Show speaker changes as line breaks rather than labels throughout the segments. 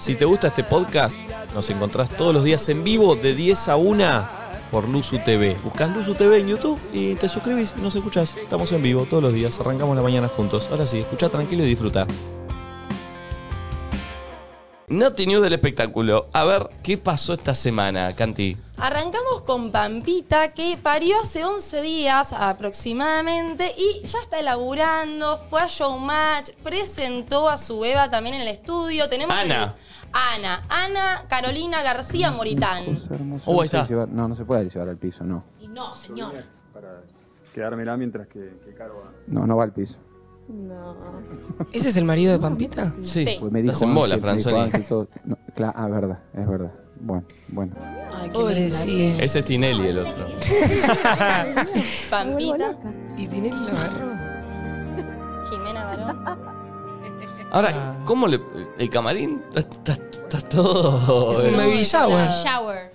Si te gusta este podcast, nos encontrás todos los días en vivo de 10 a 1 por Luzu TV. Buscás Luzu TV en YouTube y te suscribís y nos escuchás. Estamos en vivo todos los días, arrancamos la mañana juntos. Ahora sí, escucha tranquilo y disfruta. Noti News del espectáculo. A ver, ¿qué pasó esta semana, Canti?
Arrancamos con Pampita, que parió hace 11 días aproximadamente y ya está laburando, fue a Showmatch, presentó a su Eva también en el estudio. Tenemos en
Ana.
el- Ana, Ana Carolina García Moritán.
Cosa hermosa.
Oh, ahí
No sé
está.
llevar- no, no se puede llevar al piso, no.
Y no, señor.
para quedármela mientras que, que Caro va.
No, no va al piso.
No.
¿Ese es el marido de Pampita?
Sí.
Sí.
Pues me
Estás
dijo
en bola,
Ángel, me dijo
Franzoni.
Ángel todo- no, cla- ah, verdad, es verdad. Bueno, bueno.
Ay, qué
Pobrecito.
Ese es Tinelli el otro.
Pampita,
¿Y Tinelli lo agarró?
Jimena Barón.
Ahora, ¿cómo le. El camarín? Está- Está está todo. eh.
Es un baby shower.
linda. Shower.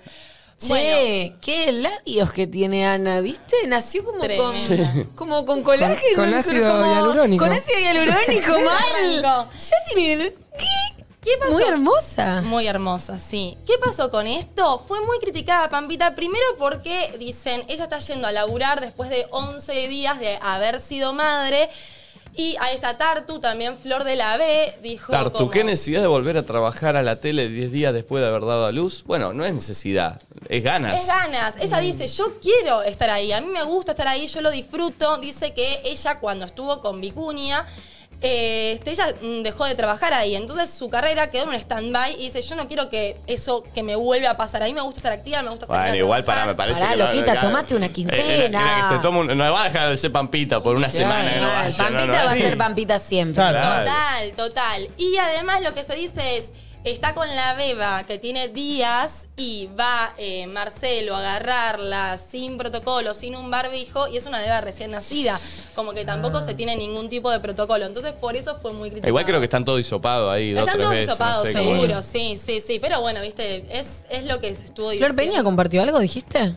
Che, Eh, qué labios que tiene Ana, ¿viste? Nació como con, como con colágeno.
Con- con ácido
como-
hialurónico.
Con ácido hialurónico, mal.
Arrancó.
ya tiene... ¿Qué?
¿Qué pasó?
Muy
Ah.
hermosa.
Muy hermosa, sí. ¿Qué pasó con esto? Fue muy criticada Pampita, primero porque dicen, ella está yendo a laburar después de 11 días de haber sido madre. Y ahí está Tartu, también Flor de la B, dijo...
Tartu,
como-
¿qué necesidad de volver a trabajar a la tele 10 días después de haber dado a luz? Bueno, no es necesidad, es ganas.
Es ganas.
Mm.
Ella dice, yo quiero estar ahí, a mí me gusta estar ahí, yo lo disfruto. Dice que ella cuando estuvo con Vicuña, eh, este, ella mm, dejó de trabajar ahí. Entonces su carrera quedó en un stand-by y dice, yo no quiero que eso que me vuelva a pasar. A mí me gusta estar activa, me gusta salir
Bueno,
a
igual para,
trabajar".
me parece
Pará,
que... lo-
loquita,
lo-
tomate una
Eh, eh,
quincena.
que se toma un- no va a dejar de ser pampita por una semana. que no
Mal,
vaya,
Ah, Pampita
no, no,
va a
sí.
ser Pampita siempre.
Total, total. Y además lo que se dice es, está con la beba que tiene días y va eh, Marcelo a agarrarla sin protocolo, sin un barbijo, y es una beba recién nacida. Como que tampoco se tiene ningún tipo de protocolo. Entonces por eso fue muy criticado.
Ah. Igual creo que están todos hisopados ahí. dos,
Están
tres
todos
veces, no
hisopados,
sé, como-
seguro, sí, sí, sí. Pero bueno, viste, es, es lo que se estuvo diciendo.
Flor Peña compartió algo, dijiste.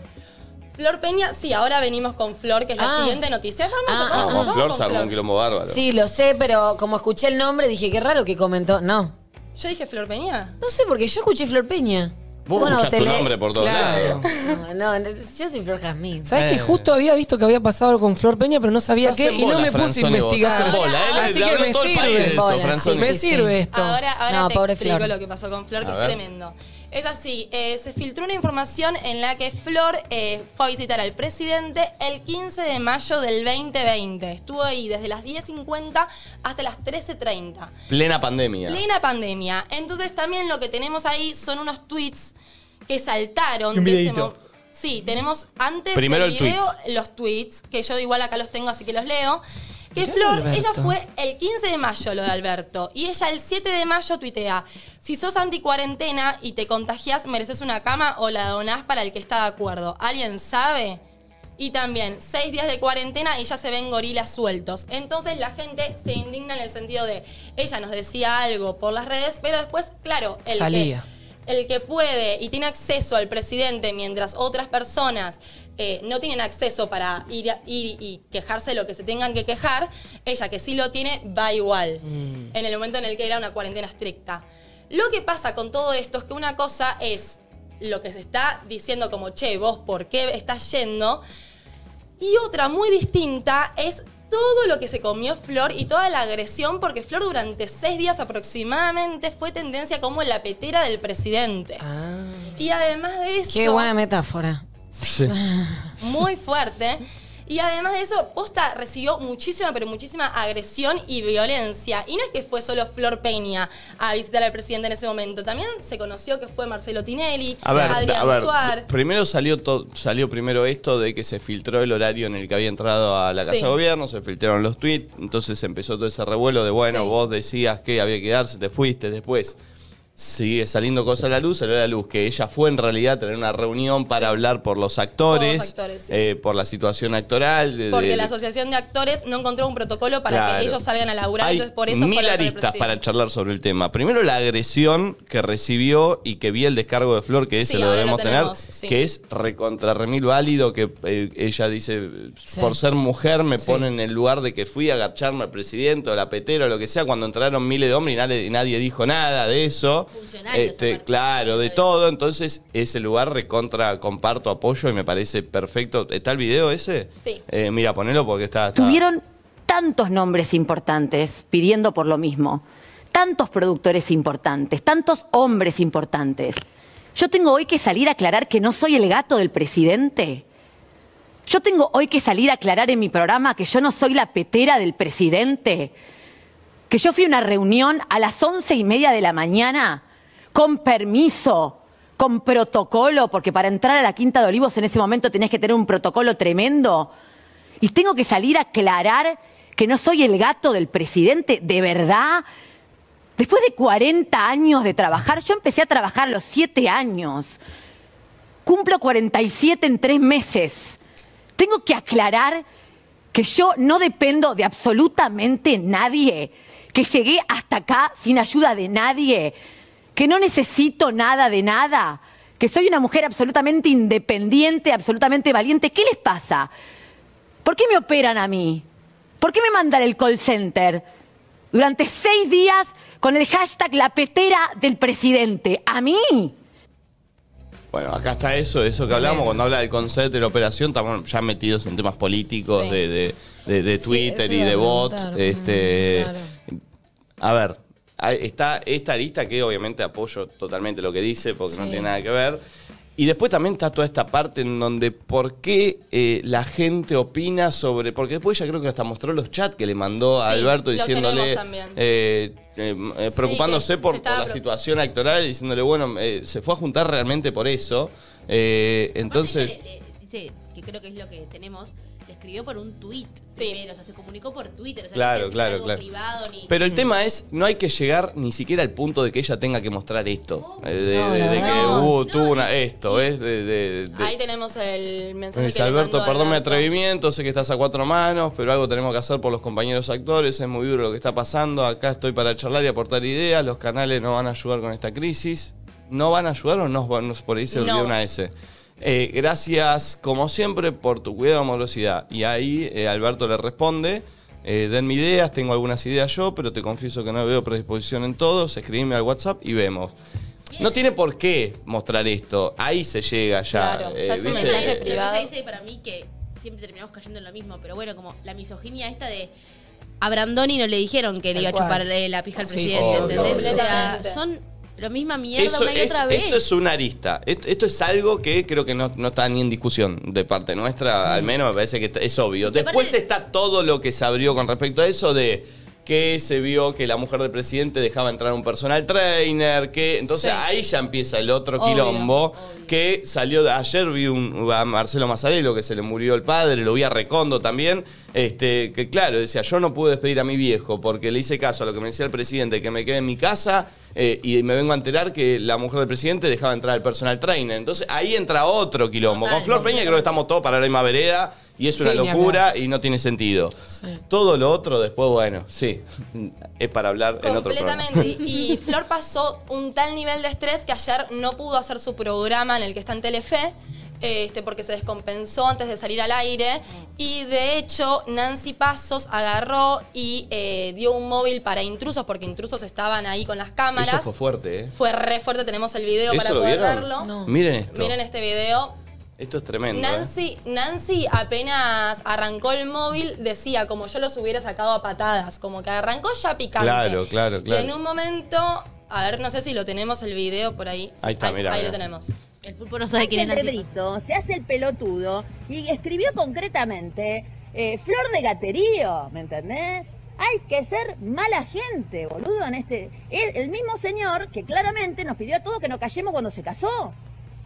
Flor Peña, sí, ahora venimos con Flor, que es la
Ah.
siguiente noticia. Vamos,
Ah,
vamos,
ah,
No,
vamos
con Flor
con
se armó
Flor.
un quilombo bárbaro.
Sí, lo sé, pero como escuché el nombre dije qué raro que comentó. No,
Yo dije Flor Peña.
no sé porque yo escuché Flor Peña.
Vos escuchás tu
le-
nombre por todos lados.
Claro.
No, no, no, yo soy Flor Jazmín.
¿Sabes que justo había visto que había pasado algo con Flor Peña, pero no sabía
Estás
qué?
en
Y
Eh.
no
bola,
me puse a
Franzoni, vos,
investigar.
estás en bola, él
Así
le
que
habló
me
todo el país de
sirve.
eso,
Bola,
Franzoni.
sí,
Me
sí,
sirve esto.
Ahora, ahora
No,
te
pobre
explico
Flor.
lo que pasó con Flor, que
A
es
ver.
tremendo. Es así, eh, se filtró una información en la que Flor eh, fue a visitar al presidente el 15 de mayo del 2020. Estuvo ahí desde las 10.50 hasta las 13.30.
Plena pandemia.
Plena pandemia. Entonces también lo que tenemos ahí son unos tweets que saltaron
Un
de ese
videíto.
mo- Sí, tenemos antes
Primero
del
el
video los tweets, que yo igual acá los tengo, así que los leo. Que
Mirá,
Flor,
Alberto.
ella fue el 15 de mayo lo de Alberto, y ella el 7 de mayo tuitea, si sos anticuarentena y te contagias, mereces una cama o la donás para el que está de acuerdo. ¿Alguien sabe? Y también, seis días de cuarentena y ya se ven gorilas sueltos. Entonces la gente se indigna en el sentido de, ella nos decía algo por las redes, pero después, claro, el
Salía.
Que, el que puede y tiene acceso al presidente mientras otras personas eh, no tienen acceso para ir, a- ir y quejarse lo que se tengan que quejar, ella que sí lo tiene va igual, en el momento en el que era una cuarentena estricta. Lo que pasa con todo esto es que una cosa es lo que se está diciendo como, che, vos, ¿por qué estás yendo? Y otra muy distinta es todo lo que se comió Flor y toda la agresión, porque Flor durante seis días aproximadamente fue tendencia como la petera del presidente.
Ah,
Y además de eso,
Qué buena metáfora.
muy fuerte. Y además de eso, Posta recibió muchísima, pero muchísima agresión y violencia. Y no es que fue solo Flor Peña a visitar al presidente en ese momento. También se conoció que fue Marcelo Tinelli,
A ver,
Adrián
a ver,
Suar.
primero salió to- salió primero esto de que se filtró el horario en el que había entrado a la Casa
Sí.
de Gobierno, se filtraron los tweets, entonces empezó todo ese revuelo de bueno,
Sí.
vos decías que había que darse, te fuiste después. Sigue saliendo cosa a la luz, salió a la luz que ella fue en realidad a tener una reunión para hablar por los actores,
Todos actores, sí.
eh, por la situación actoral. de-
Porque
de-
la asociación de actores no encontró un protocolo para
Claro.
que ellos salgan a laburar,
Hay
entonces por eso
mil
fueron con el
aristas
presidente.
para charlar sobre el tema. Primero la agresión que recibió y que vi el descargo de Flor, que ese
Sí,
lo
ahora
debemos
lo
tener,
tenemos, sí.
que es recontra remil válido, que eh, ella dice, por ser mujer me ponen en el lugar de que fui a agacharme al presidente o la petera o lo que sea, cuando entraron miles de hombres y nadie, y nadie dijo nada de eso. todo.
Funcionarios,
Este,
aparte.
claro, de todo. Entonces, ese lugar recontra comparto apoyo y me parece perfecto. ¿Está el video ese?
Sí.
Eh, mira, ponelo porque está. está-
Tuvieron tantos nombres importantes pidiendo por lo mismo, tantos productores importantes, tantos hombres importantes. Yo tengo hoy que salir a aclarar que no soy el gato del presidente. Yo tengo hoy que salir a aclarar en mi programa que yo no soy la petera del presidente. Que yo fui a una reunión a las once y media de la mañana con permiso, con protocolo, porque para entrar a la Quinta de Olivos en ese momento tenías que tener un protocolo tremendo. Y tengo que salir a aclarar que no soy el gato del presidente, de verdad. Después de 40 años de trabajar, yo empecé a trabajar a los 7 años. Cumplo 47 en 3 meses. Tengo que aclarar que yo no dependo de absolutamente nadie, que llegué hasta acá sin ayuda de nadie, que no necesito nada de nada, que soy una mujer absolutamente independiente, absolutamente valiente. ¿Qué les pasa? ¿Por qué me operan a mí? ¿Por qué me mandan el call center? Durante seis días con el hashtag la petera del presidente. ¿A mí?
Bueno, acá está eso, eso que hablamos. Cuando habla del concepto de la operación, estamos ya metidos en temas políticos
Sí.
de, de- de- de
Sí,
Twitter
eso
y
iba a
de bots.
preguntar.
Este,
Mm, claro.
A ver, ahí está esta lista que obviamente apoyo totalmente lo que dice porque no
Sí.
tiene nada que ver. Y después también está toda esta parte en donde por qué eh, la gente opina sobre. Porque después ya creo que hasta mostró los chats que le mandó a
Sí,
Alberto
los
diciéndole.
tenemos también.
eh, eh, eh,
Sí,
preocupándose
que
por,
se
por
estaba
la
preocup-
situación actoral y diciéndole, bueno, eh, se fue a juntar realmente por eso. Eh, entonces.
Aparte, le- le- dice, eh, que creo que es lo que tenemos, le escribió por un tweet primero, o sea, se comunicó por Twitter, o sea,
Claro,
no es
claro,
algo
claro.
privado ni... Mm.
Pero el tema es, no hay que llegar ni siquiera al punto de que ella tenga que mostrar esto. Eh, De,
No, la
de- de que
verdad.
hubo, tuvo una, esto, ¿ves? De- de- de-
Ahí tenemos el mensaje
Es
que le
Alberto,
mandó
perdón mi
Alberto.
atrevimiento, sé que estás a cuatro manos, pero algo tenemos que hacer por los compañeros actores, es muy duro lo que está pasando, acá estoy para charlar y aportar ideas, los canales no van a ayudar con esta crisis, no van a ayudar o no, van- por ahí se olvidó
No.
una S. Eh, gracias, como siempre, por tu cuidado y amorosidad. Y ahí eh, Alberto le responde, eh, denme ideas, tengo algunas ideas yo, pero te confieso que no veo predisposición en todos, escribime al WhatsApp y vemos. No tiene por qué mostrar esto, ahí se llega ya. eh,
Claro, ya es un
Lo
¿viste?
que
mensaje
ella- lo que ella
privado.
dice para mí que siempre terminamos cayendo en lo mismo, pero bueno, como la misoginia esta de... A Brandoni no le dijeron que le
Tal
iba a
cual.
chuparle la pija al
Sí,
presidente,
sí,
¿entendés?
obvio,
O sea,
obvio.
son lo misma mierda una y
es,
otra vez.
eso es una arista. Esto, esto es algo que creo que no, no está ni en discusión de parte nuestra, al menos me parece que está- es obvio.
Mm. Y que
Después
aparte-
está todo lo que se abrió con respecto a eso de que se vio que la mujer del presidente dejaba entrar un personal trainer, que entonces
Sí.
ahí ya empieza el otro
Obvio,
quilombo que salió de- ayer vi un, a Marcelo Mazzarello que se le murió el padre, lo vi a Recondo también, este que claro, decía, yo no pude despedir a mi viejo porque le hice caso a lo que me decía el presidente, que me quede en mi casa eh, y me vengo a enterar que la mujer del presidente dejaba entrar al personal trainer. Entonces ahí entra otro quilombo.
Total,
Con Flor Peña creo que estamos todos para la misma vereda y es una
Sí, ni
locura y no tiene sentido. Todo lo otro después, bueno, sí, es para hablar en otro programa.
Completamente. Y y Flor pasó un tal nivel de estrés que ayer no pudo hacer su programa en el que está en Telefe. Este, porque se descompensó antes de salir al aire y de hecho Nancy Pasos agarró y eh, dio un móvil para intrusos porque intrusos estaban ahí con las cámaras.
Eso fue fuerte, ¿eh?
Fue re fuerte, tenemos el video
¿Eso
para
lo
poder
vieron?
verlo.
Miren esto.
Miren este video,
Esto es tremendo. ¿eh?
Nancy, Nancy apenas arrancó el móvil, decía como yo los hubiera sacado a patadas, como que arrancó ya picante.
Claro, claro, claro.
Y en un momento, a ver, no sé si lo tenemos el video por ahí. Sí,
Ahí está, mirá,
Ahí
mirá.
lo tenemos.
El pulpo no sabe quién es Nancy Pasos.
se hace el pelotudo y escribió concretamente eh, flor de gaterío, ¿me entendés? Hay que ser mala gente, boludo, en este... Es el mismo señor que claramente nos pidió a todos que nos callemos cuando se casó.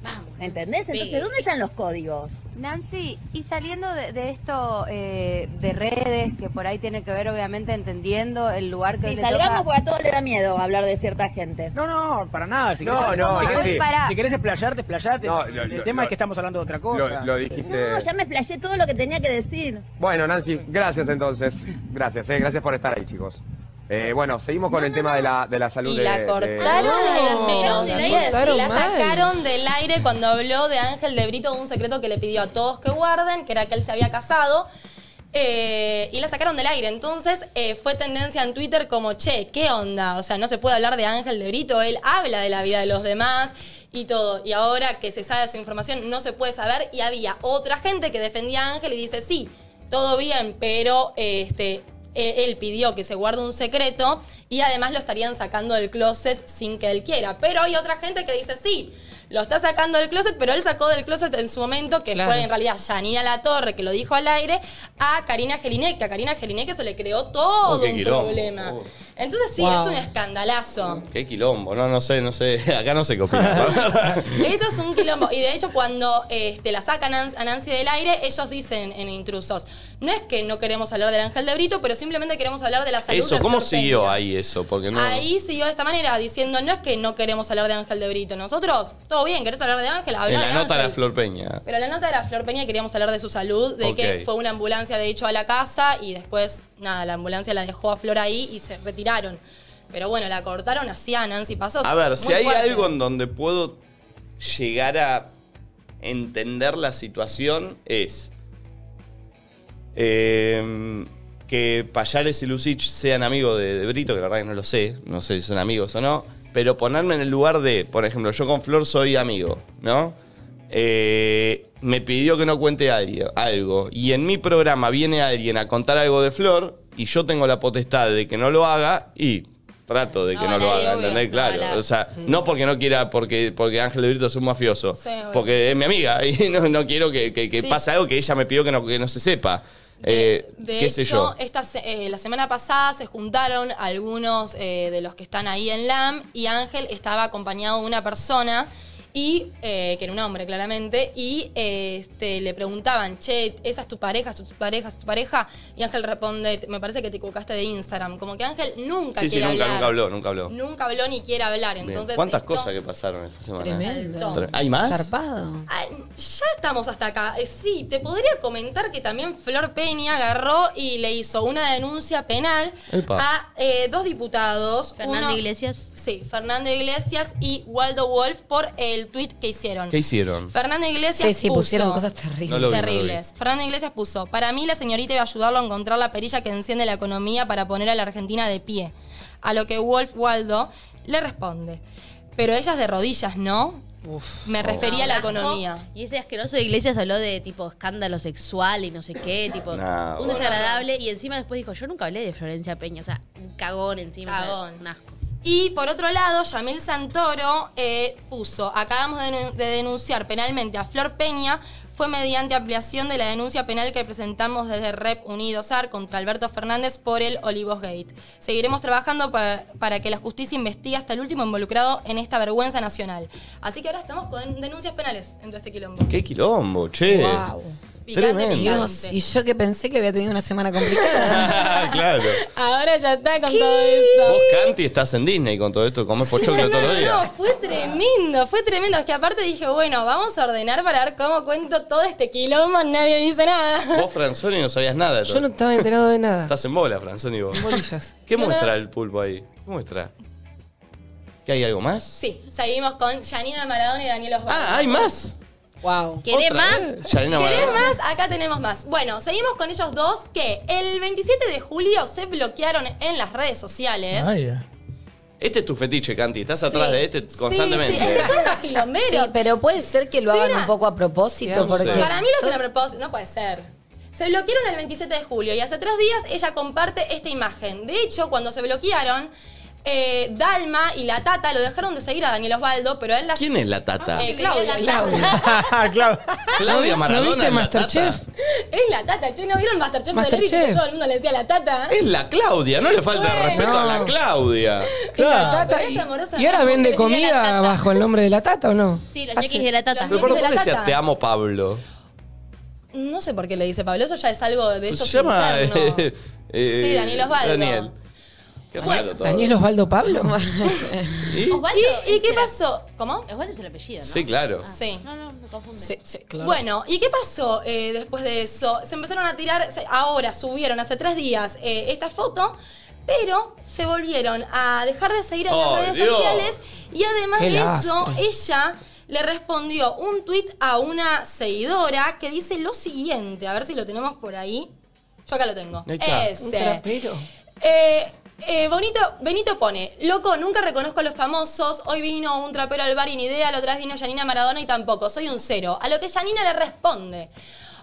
Vamos.
¿Entendés?
Pegue.
Entonces, ¿dónde están los códigos?
Nancy, y saliendo de, de esto eh, de redes, que por ahí tiene que ver obviamente entendiendo el lugar que
Si
hoy le
salgamos,
toca-
porque a todos le da miedo hablar de cierta gente.
No, no, para nada. Ah, Si
No,
querés,
no,
si
no,
querés,
sí.
Pará.
si querés explayarte, explayarte.
No,
el
lo- lo-
tema
lo-
es que estamos hablando de otra cosa.
Lo, lo dijiste.
No, ya me explayé todo lo que tenía que decir.
Bueno, Nancy,
Gracias entonces. Gracias, eh, gracias por estar ahí, chicos. Eh, bueno, seguimos con el tema de la, de la salud
Y
de-
la
de-
cortaron
Ah, No,
en menos
la
10 y la
cortaron mal.
sacaron del aire cuando habló de Ángel de Brito un secreto que le pidió a todos que guarden, que era que él se había casado. eh, y la sacaron del aire. Entonces eh, fue tendencia en Twitter como, che, ¿qué onda? O sea, no se puede hablar de Ángel de Brito, él habla de la vida de los demás y todo. Y ahora que se sabe su información, no se puede saber. Y había otra gente que defendía a Ángel y dice, sí, todo bien, pero eh, este, eh, él pidió que se guarde un secreto y además lo estarían sacando del closet sin que él quiera. Pero hay otra gente que dice, sí, lo está sacando del closet, pero él sacó del closet en su momento, que
Claro.
fue en realidad Janina La Torre, que lo dijo al aire, a Karina Jelinek, que a Karina Jelinek eso le creó todo
Oh, qué
un
quilombo.
problema.
Oh.
Entonces sí,
Wow.
es un escandalazo.
Qué quilombo, no, no sé, no sé. Acá no sé qué opinas.
Esto es un quilombo. Y de hecho, cuando este, la sacan a Nan- a Nancy del aire, ellos dicen en intrusos: No es que no queremos hablar del ángel de Brito, pero simplemente queremos hablar de la salud.
Eso,
de
¿cómo
Flor
siguió
Peña".
ahí eso? Porque no.
Ahí siguió de esta manera, diciendo: No es que no queremos hablar de ángel de Brito. Nosotros, todo bien, querés hablar de ángel, hablar
en
de
la nota
ángel.
era Flor Peña.
Pero la nota era Flor Peña y queríamos hablar de su salud, de
Ok.
que fue una ambulancia de hecho a la casa y después, nada, la ambulancia la dejó a Flor ahí y se retiraron. Pero bueno, la cortaron así a Nancy Pasos.
A ver, si
Muy
hay
fuerte.
algo en donde puedo llegar a entender la situación es eh, que Payares y Lucich sean amigos de, de Brito, que la verdad que no lo sé, no sé si son amigos o no, pero ponerme en el lugar de, por ejemplo, yo con Flor soy amigo, ¿no? Eh, me pidió que no cuente algo, algo y en mi programa viene alguien a contar algo de Flor y yo tengo la potestad de que no lo haga y trato de que no, lo haga, ¿entendés? claro, o sea, no porque no quiera, porque, porque Ángel de Brito es un mafioso,
obvio.
porque es mi amiga y no, no quiero que, que- que
Sí.
pase algo que ella me pidió que no, que no se sepa. Eh,
De
¿Qué
hecho,
sé yo?
esta se- eh, la semana pasada se juntaron algunos eh, de los que están ahí en LAM y Ángel estaba acompañado de una persona y eh, que era un hombre claramente y eh, este, le preguntaban, che, ¿esa es tu pareja? ¿Es tu pareja? ¿Es tu pareja? Y Ángel responde, me parece que te equivocaste de Instagram. Como que Ángel nunca
Sí, sí,
quiere
nunca,
hablar.
nunca habló, nunca habló.
Nunca habló ni quiere hablar.
Bien.
Entonces,
¿Cuántas
esto-
cosas que pasaron esta semana?
Tremendo.
Tre- ¿Hay más?
Zarpado.
Ay, Ya estamos hasta acá. Eh, Sí, te podría comentar que también Flor Peña agarró y le hizo una denuncia penal
Epa.
a eh, dos diputados.
Fernando
Iglesias. Sí, Fernando Iglesias y Waldo Wolf por el tweet que hicieron.
¿Qué hicieron?
Fernando Iglesias
Sí, sí,
puso-
pusieron cosas terribles.
No lo vi, no lo vi.
terribles. Fernando Iglesias puso, para mí la señorita iba a ayudarlo a encontrar la perilla que enciende la economía para poner a la Argentina de pie. A lo que Wolf Waldo le responde, pero ella es de rodillas, ¿no? Me refería a la
Asco.
economía.
Y ese asqueroso de Iglesias habló de tipo escándalo sexual y no sé qué, tipo
Nah,
un
bueno.
desagradable. Y encima después dijo, yo nunca hablé de Florencia Peña, o sea, un cagón encima. o sea,
Cagón.
un asco.
Y por otro lado, Yamil Santoro eh, puso, acabamos de, denu- de denunciar penalmente a Flor Peña, fue mediante ampliación de la denuncia penal que presentamos desde Rep Unidos AR contra Alberto Fernández por el Olivos Gate. Seguiremos trabajando pa- para que la justicia investigue hasta el último involucrado en esta vergüenza nacional. Así que ahora estamos con denuncias penales en todo este quilombo.
Qué quilombo, che.
Guau. Picante,
Tremendo.
Dios, y yo que pensé que había tenido una semana complicada.
claro.
Ahora ya está con todo esto.
Vos, Canti, estás en Disney con todo esto, comes pochoclo todos los
No,
días.
fue tremendo, fue tremendo. Es que aparte dije, bueno, vamos a ordenar para ver cómo cuento todo este quilombo, nadie dice nada.
Vos, Franzoni, no sabías nada. de todo.
Yo no estaba enterado de nada.
Estás en bola, Franzoni, vos.
Bolillas.
¿Qué muestra el pulpo ahí? ¿Qué muestra? ¿Que hay algo más?
Sí, seguimos con Janina Maradona y Daniel Osvaldo.
Ah, ¿hay más?
Wow.
¿Querés
¿Otra
más?
vez? Yanina
¿Querés
Maradona.
más? Acá tenemos más. Bueno, seguimos con ellos dos que el 27 de julio se bloquearon en las redes sociales.
Este es tu fetiche, Canti. Estás atrás
Sí.
de este
Sí,
constantemente.
Sí, es que son unos quilomberos.
Sí, pero puede ser que lo
Sí,
hagan
mira.
un poco a propósito, porque
Sí.
Para mí lo hacen a propósito, no puede ser. Se bloquearon el 27 de julio y hace tres días ella comparte esta imagen. De hecho, cuando se bloquearon, eh, Dalma y la Tata lo dejaron de seguir a Daniel Osvaldo, pero él las...
¿Quién es la tata?
Eh, Claudia.
Claudia Maradona.
¿No viste
es la
Masterchef?
tata.
Es la Tata, che, ¿no vieron Masterchef,
Masterchef.
de Larry? Todo el mundo le decía la Tata.
Es la Claudia, no le falta el respeto a la Claudia.
Claro.
No, pero
Tata,
es
y-
amorosa,
y ahora
no,
vende
porque es la
comida bajo el nombre de la tata o no?
Sí,
los ñequis de la Tata.
Pero ¿por qué decía te amo, Pablo?
No sé por qué le dice Pablo, eso ya es algo de ellos
Se llama.
interno.
eh, eh,
Sí, Daniel Osvaldo.
Daniel. Qué raro todo.
Daniel Osvaldo Pablo.
¿Y?
¿Y, y qué pasó? ¿Cómo? Osvaldo es el apellido,
Sí, claro.
Ah, Sí.
No, no, me confundo.
Bueno, ¿y qué pasó eh, después de eso? Se empezaron a tirar, se- ahora subieron hace tres días eh, esta foto, pero se volvieron a dejar de seguir en
¡Ay,
las redes
Dios!
sociales y además
¡Qué
de eso,
lastre!
ella le respondió un tuit a una seguidora que dice lo siguiente, a ver si lo tenemos por ahí. Yo acá lo tengo.
Ahí está.
Ese.
Un trapero.
Eh, eh, Bonito, Benito pone, loco, nunca reconozco a los famosos, hoy vino un trapero al bar y ni idea, la otra vez vino Janina Maradona y tampoco, soy un cero. A lo que Janina le responde,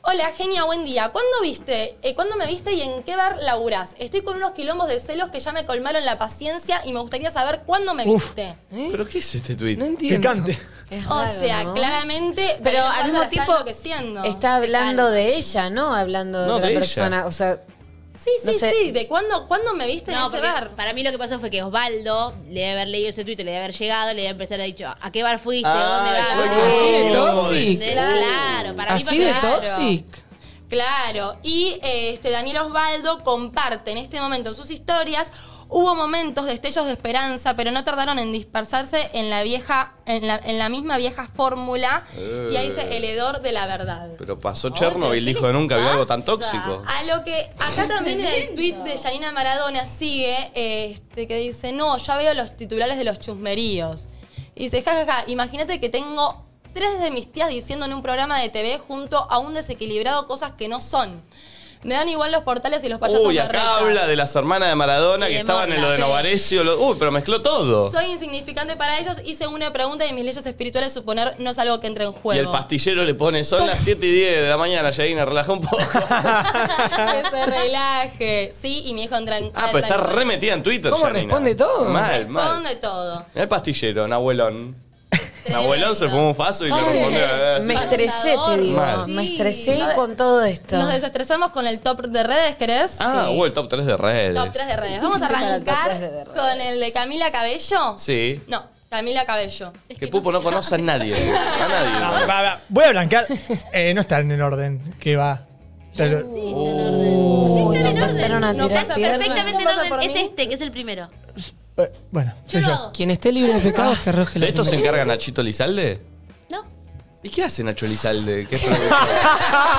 hola, genia, buen día, ¿cuándo viste, eh, cuándo me viste y en qué bar laburás? Estoy con unos quilombos de celos que ya me colmaron la paciencia y me gustaría saber cuándo me
Uf.
viste.
¿Pero qué es este tweet?
No entiendo.
Picante.
O
raro,
sea,
¿no?
claramente,
Pero
Mariana
al mismo
Bárbara está
tiempo
enloqueciendo.
Está hablando de ella, ¿no? Hablando
No,
de la
de ella.
persona. O sea,
Sí, sí,
No sé.
sí. ¿De cuándo, cuándo me viste
No,
en ese
porque
bar?
para mí lo que pasó fue que Osvaldo le debe haber leído ese tuit, le debe haber llegado, le debe empezar a dicho, ¿a qué bar fuiste?
Ah,
¿Dónde
fue
vas?
Así de
Sí,
toxic.
Claro, para mí
Así de
pasó-
toxic. Claro, y eh, este Daniel Osvaldo comparte en este momento en sus historias. Hubo momentos, destellos de esperanza, pero no tardaron en dispersarse en la vieja, en la, en la misma vieja fórmula. Y ahí dice el hedor de la verdad.
Pero pasó Chernobyl, dijo que nunca había algo tan tóxico.
Ah, A lo que acá también en el tweet de Janina Maradona sigue, este, que dice, no, ya veo los titulares de los chusmeríos. Y dice, jajaja, imagínate que tengo tres de mis tías diciendo en un programa de TV junto a un desequilibrado cosas que no son. Me dan igual los portales y los payasos
Uy,
berretas.
acá habla de las hermanas de Maradona
Y
que
de
estaban en
Morla.
lo de
Sí.
Novarecio. lo- Uy, pero mezcló todo.
Soy insignificante para ellos, hice una pregunta y mis leyes espirituales suponer no es algo que entre en
Y
juego.
el pastillero le pone, son las 7 y 10 de la mañana, Yaina, relaja un poco. Ah,
que se relaje. Sí, y mi hijo entra en
Ah, pero está re metida en Twitter,
¿Cómo
Yanina.
responde
todo?
Mal, mal.
Responde todo.
El pastillero, Nahuelón. Nahuelón se fumó un faso y le
Ay,
respondió. eh,
me
sí.
estresé, te digo.
Mal.
Me estresé con todo esto.
Nos desestresamos con el top de redes, ¿querés?
Ah, hubo el top 3 de redes.
Top 3 de redes. Vamos a
Estoy para el top
arrancar
tres de redes.
con el de Camila Cabello.
Sí.
No, Camila Cabello.
Que Pupo no conoce a nadie. A
Va,
nadie.
va, va. Voy a blanquear. Eh, no está en el orden que va. Pero-
Uh.
Uy,
nos
en orden.
pasaron a
No,
tirar
pasa
tierra.
perfectamente en orden. Es este, que es el primero.
eh, Bueno,
Yo lo hago.
Quien esté libre de pecados que arroje
¿De esto se encarga Nachito Lizalde?
No.
¿Y qué hace Nacho Elizalde? ¿Qué es productor?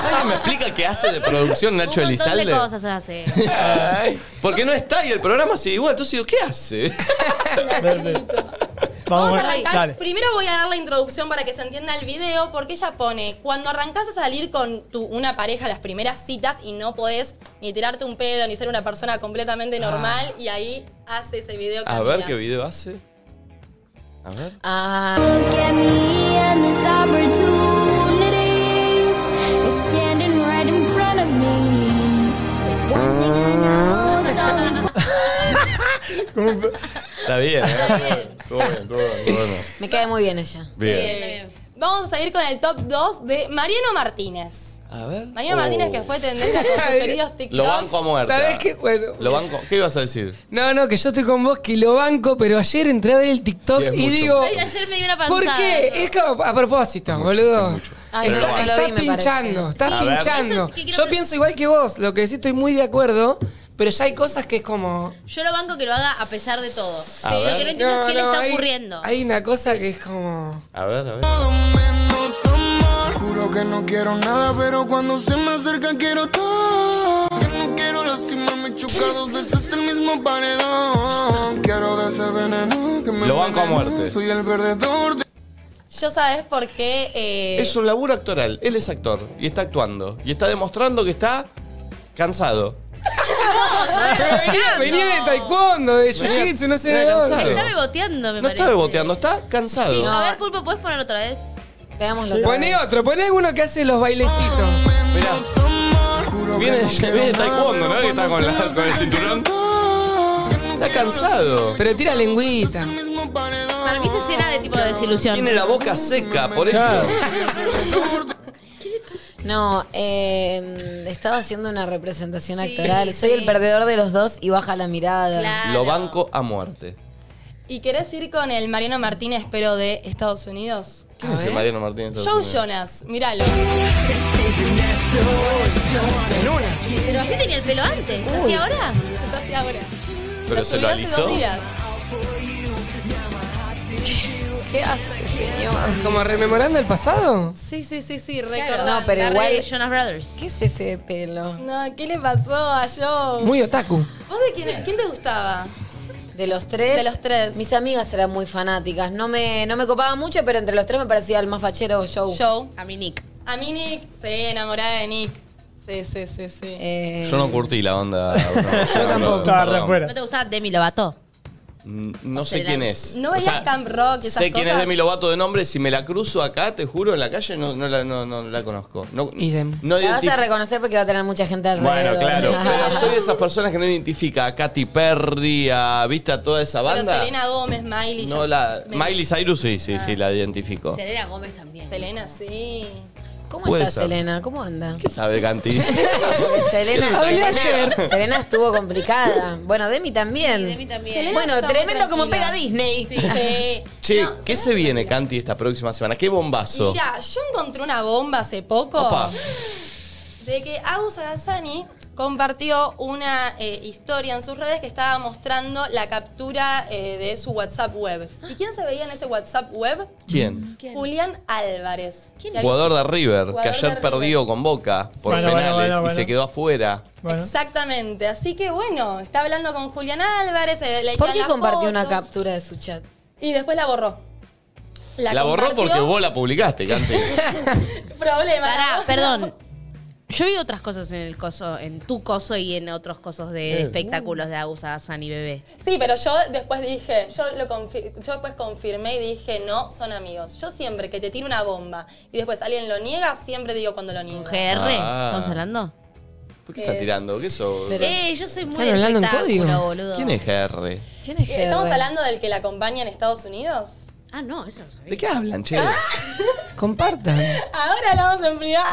¿Alguien me explica qué hace de producción Nacho
Un montón de
Elizalde?
cosas hace.
Ay, porque no está y el programa sigue igual. Entonces digo, ¿qué hace?
Vamos a
bueno,
arrancar.
dale.
Primero voy a dar la introducción para que se entienda el video, porque ella pone, cuando arrancas a salir con tu- una pareja a las primeras citas y no podés ni tirarte un pedo, ni ser una persona completamente normal, y ahí hace ese video.
Ah. A ver
Camila.
qué video hace. A ver.
Ah.
Está bien, ¿eh? Estuvo bien, estuvo bien, estuvo bien.
Me cae muy bien ella.
Bien.
Vamos a ir con el top 2 de Mariano Martínez.
A ver.
Mariano Martínez que fue tendencia con sus queridos TikToks.
Oh. Lo banco a muerte.
¿Sabés qué? Bueno.
Lo banco. ¿Qué ibas a decir?
No, no, que yo estoy con vos, que lo banco, pero ayer entré a ver el TikTok
Sí, es
y
mucho.
digo,
Ay, ayer me dio una panzada.
¿por qué? Eh, Es como a propósito, boludo.
Ay,
Está-
Ah, no, no lo
estás
vi, me
pinchando,
parece.
estás
Sí. A ver.
pinchando.
Eso es que quiero
Yo pienso igual que vos, lo que decís estoy muy de acuerdo, pero ya hay cosas que es como...
Yo lo banco que lo haga a pesar de todo.
A
Lo
ver.
que no entiendo es qué
No,
le
no,
está
ahí-
ocurriendo.
Hay una cosa que es como...
A ver, a ver.
Juro que no quiero nada, pero cuando se me acerca quiero todo. Yo no quiero lastimarme, chocar dos veces el mismo paredón. Quiero de ese veneno que me
Lo banco a
envenenó.
muerte.
Soy el perdedor de...
Yo sabes por qué. eh,
Es un laburo actoral. Él es actor y está actuando. Y está demostrando que está cansado.
Venía, venía de taekwondo, de
Venía-
jiu-jitsu, no sé de
venía
dónde.
cansado.
Está beboteando, me
No
parece.
está beboteando, está cansado.
Sí, A ver, Pulpo, ¿puedes poner otra vez?
Veámoslo
Poné otro, poné alguno que hace los bailecitos.
Mirá. Viene, viene de taekwondo, ¿no? Que está con, la- con el cinturón. Está cansado.
Pero tira lengüita.
Para mí es escena de tipo de desilusión.
Tiene la boca seca, por eso.
No, eh, estaba haciendo una representación actoral. Soy el perdedor de los dos y baja la mirada.
Lo banco a muerte.
¿Y querés ir con el Mariano Martínez, pero de Estados Unidos?
¿Qué dice Mariano Martínez?
Joe Jonas, míralo.
Pero así tenía el pelo antes.
Uy.
¿Así ahora?
Está así ahora.
Pero se
subió
lo
hace
alisó.
dos días.
¿Qué hace, señor?
Como rememorando el pasado.
Sí, sí, sí, sí,
Claro.
recordando.
No, pero igual.
Jonas Brothers.
¿Qué es ese pelo?
No, ¿qué le pasó a Joe?
Muy otaku.
¿Vos de quién, quién te gustaba?
De los tres.
De los tres.
Mis amigas eran muy fanáticas. No me, no me copaba mucho, pero entre los tres me parecía el más fachero show.
Show.
A mí Nick.
A mí Nick, sí, enamorada de Nick.
Sí, sí, sí, sí.
Yo no curtí la onda. yo
¿No te gustaba Demi Lovato?
Mm, No sé quién es.
¿No
O
veías
sea,
Camp Rock y esas
Sé quién es
cosas?
Demi Lovato de nombre, si me la cruzo acá, te juro, en la calle no, no la, no- no la conozco. No, no
la vas
identif-
a reconocer porque va a tener mucha gente alrededor.
Bueno, claro,
Ajá.
pero soy de esas personas que no identifica a Katy Perry, a viste a toda esa
Pero
banda.
Selena Gómez, Miley.
no
ya-
la
me- Ah.
Miley Cyrus sí, sí, sí la identifico.
Selena Gómez también. Selena, sí.
¿Cómo
Puede
está
ser.
Selena? ¿Cómo anda?
¿Qué sabe Canti?
Selena,
Hablé
Selena,
ayer.
Selena estuvo complicada. Bueno, Demi también. Demi
también.
bueno,
está muy
tremendo como
tranquila.
pega Disney.
Sí.
che, ¿qué se viene Canti esta próxima semana? Qué bombazo.
Mira, yo encontré una bomba hace poco
Opa.
de que Agus Agassani compartió una eh, historia en sus redes que estaba mostrando la captura eh, de su WhatsApp web. ¿Y quién se veía en ese WhatsApp web?
¿Quién?
Julián Álvarez. ¿Quién
Jugador de River, que
Jugador de
ayer
River.
perdió con Boca por
Bueno, bueno,
penales
bueno,
y
bueno.
se quedó afuera.
Exactamente. Así que bueno, está hablando con Julián Álvarez. eh, le
¿Por
quedan
qué
las
compartió una
fotos,
captura de su chat?
Y después la borró.
La, borró
compartió.
porque vos la publicaste, Canti.
Problema.
Pará, perdón. Yo vi otras cosas en el coso, en tu coso y en otros cosos de, de
Eh.
espectáculos de Agus Agassan y Bebé.
Sí, pero yo después dije, yo, lo confi- yo después confirmé y dije, no, son amigos. Yo siempre que te tiro una bomba y después alguien lo niega, siempre digo cuando lo niega.
GR,
Ah.
¿estamos hablando?
¿Por qué estás
Eh,
tirando? ¿Qué sos?
Eh, yo soy muy
Están hablando en
espectáculo,
códigos.
boludo.
¿Quién es GR?
¿Quién
Eh, ¿Estamos hablando del que la acompaña en Estados Unidos?
Ah, no, eso lo sabía.
¿De qué hablan, che?
Compartan.
Ahora lo vamos en privado.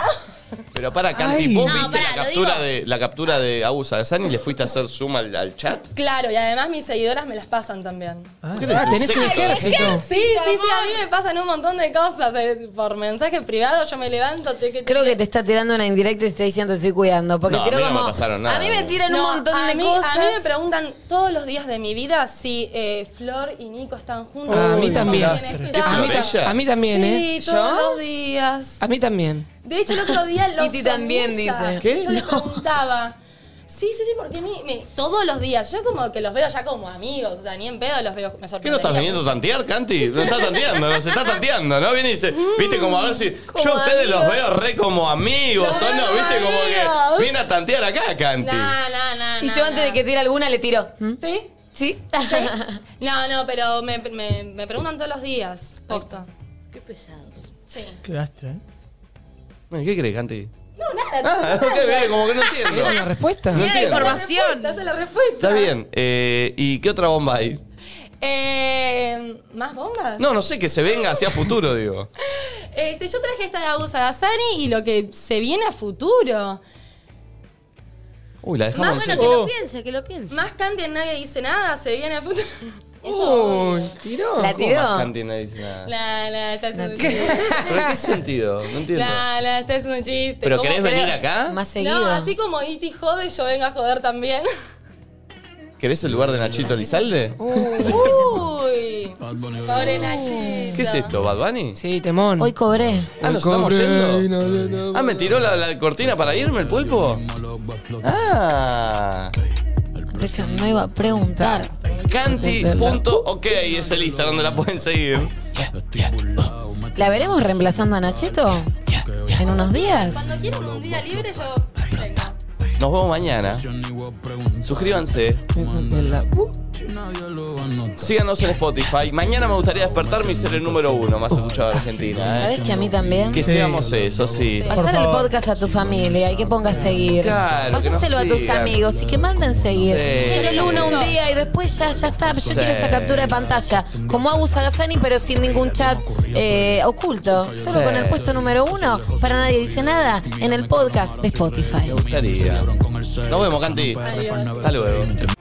Pero para, Canti,
Ay.
vos
No,
viste
pará,
la,
lo
captura
digo.
de, la captura de Agus Adesanya y le fuiste a hacer zoom al, al chat.
Claro, y además mis seguidoras me las pasan también.
¿Qué
Ah,
eres, un séquito?
Sí, sí, sí, a mí me pasan un montón de cosas. eh, Por mensaje privado yo me levanto, te que
Creo que te está tirando una indirecta y te está diciendo te estoy cuidando. Porque
No, a
creo
mí no
como,
me pasaron nada.
A mí me tiran un
No,
montón
a
de
mí-
cosas.
A mí me preguntan todos los días de mi vida si eh, Flor y Nico están juntos.
Ah, a
Uy,
mí
no
también.
me quieren esperar.
A mí, ta- a mí también,
Sí,
¿eh?
todos los días.
A mí también.
De hecho, el otro día los
Iti también
humilla.
dice.
¿Qué?
Yo le preguntaba. Sí, sí, sí, porque mi- me- todos los días. Yo como que los veo ya como amigos. O sea, ni en pedo los veo. Me
¿Qué no estás viniendo a tantear, Canti? No estás tanteando, no, se está tanteando, ¿no? Viene y
Mm,
dice, viste como a ver si. Yo a ustedes los veo re como amigos, ¿o no? Viste como que. Viene a tantear acá, Canti.
y yo antes de que tire alguna le tiro. ¿Mm?
¿Sí?
¿Sí?
No, no, pero me, me- me preguntan todos los días. Posta. Qué pesados. Sí.
Qué lastra, ¿eh?
Eh, ¿Qué crees, Canti?
No,
Ah,
nada.
ok, bien, como que no entiendo.
¿Esa es la respuesta?
No
Mira
entiendo.
información. Esa es la respuesta.
Está bien. eh, ¿Y qué otra bomba hay?
Eh, ¿Más bombas?
No, no sé, que se venga hacia futuro, digo.
Este, yo traje esta de Agus Agassani y lo que se viene a futuro.
Uy, la dejamos
Más
en
bueno que
seco.
no
Piense, que lo piense.
Más Candy en nadie dice nada, se viene a futuro.
Uy, tiró.
La tiró.
Más Canti no dice nada?
La, la, estás haciendo un chiste.
¿Pero en qué sentido? No entiendo.
La, la, estás haciendo este un chiste.
¿Pero
¿Cómo
querés
creo?
venir acá? Más
No, así como Iti jode, yo vengo a joder también.
¿Querés el lugar de Nachito Lizalde?
Uy. Pobre Nachi.
¿Qué es esto, Bad Bunny?
Sí, temón.
Hoy cobré.
Ah,
Hoy
¿nos estamos
cobré
yendo?
y no- no- no-
Ah, ¿me tiró la, la cortina para irme el pulpo? Ah.
Eso no iba a preguntar.
Canti.ok es el Instagram donde la pueden seguir.
¿La veremos reemplazando a Nachito? ¿En unos días?
Cuando quieran un día libre, yo vengo.
Nos vemos mañana. Suscríbanse. Síganos en Spotify. Mañana me gustaría despertarme y ser el número uno más escuchado de Argentina.
¿Sabes
¿eh?
que a mí también?
Que seamos eso, sí.
Pasar el podcast a tu familia y que pongas seguir.
Claro, que
Pasáselo
nos
a tus
sigan.
amigos y que manden seguir.
Sí.
Yo el uno un día y después ya, ya está. Yo
Sí.
quiero esa captura de pantalla. Como Agus Agassani, pero sin ningún chat eh, oculto. Solo
Sí.
con el puesto número uno, para nadie dice nada, en el podcast de Spotify.
Me gustaría. Nos vemos, Canti. Hasta luego.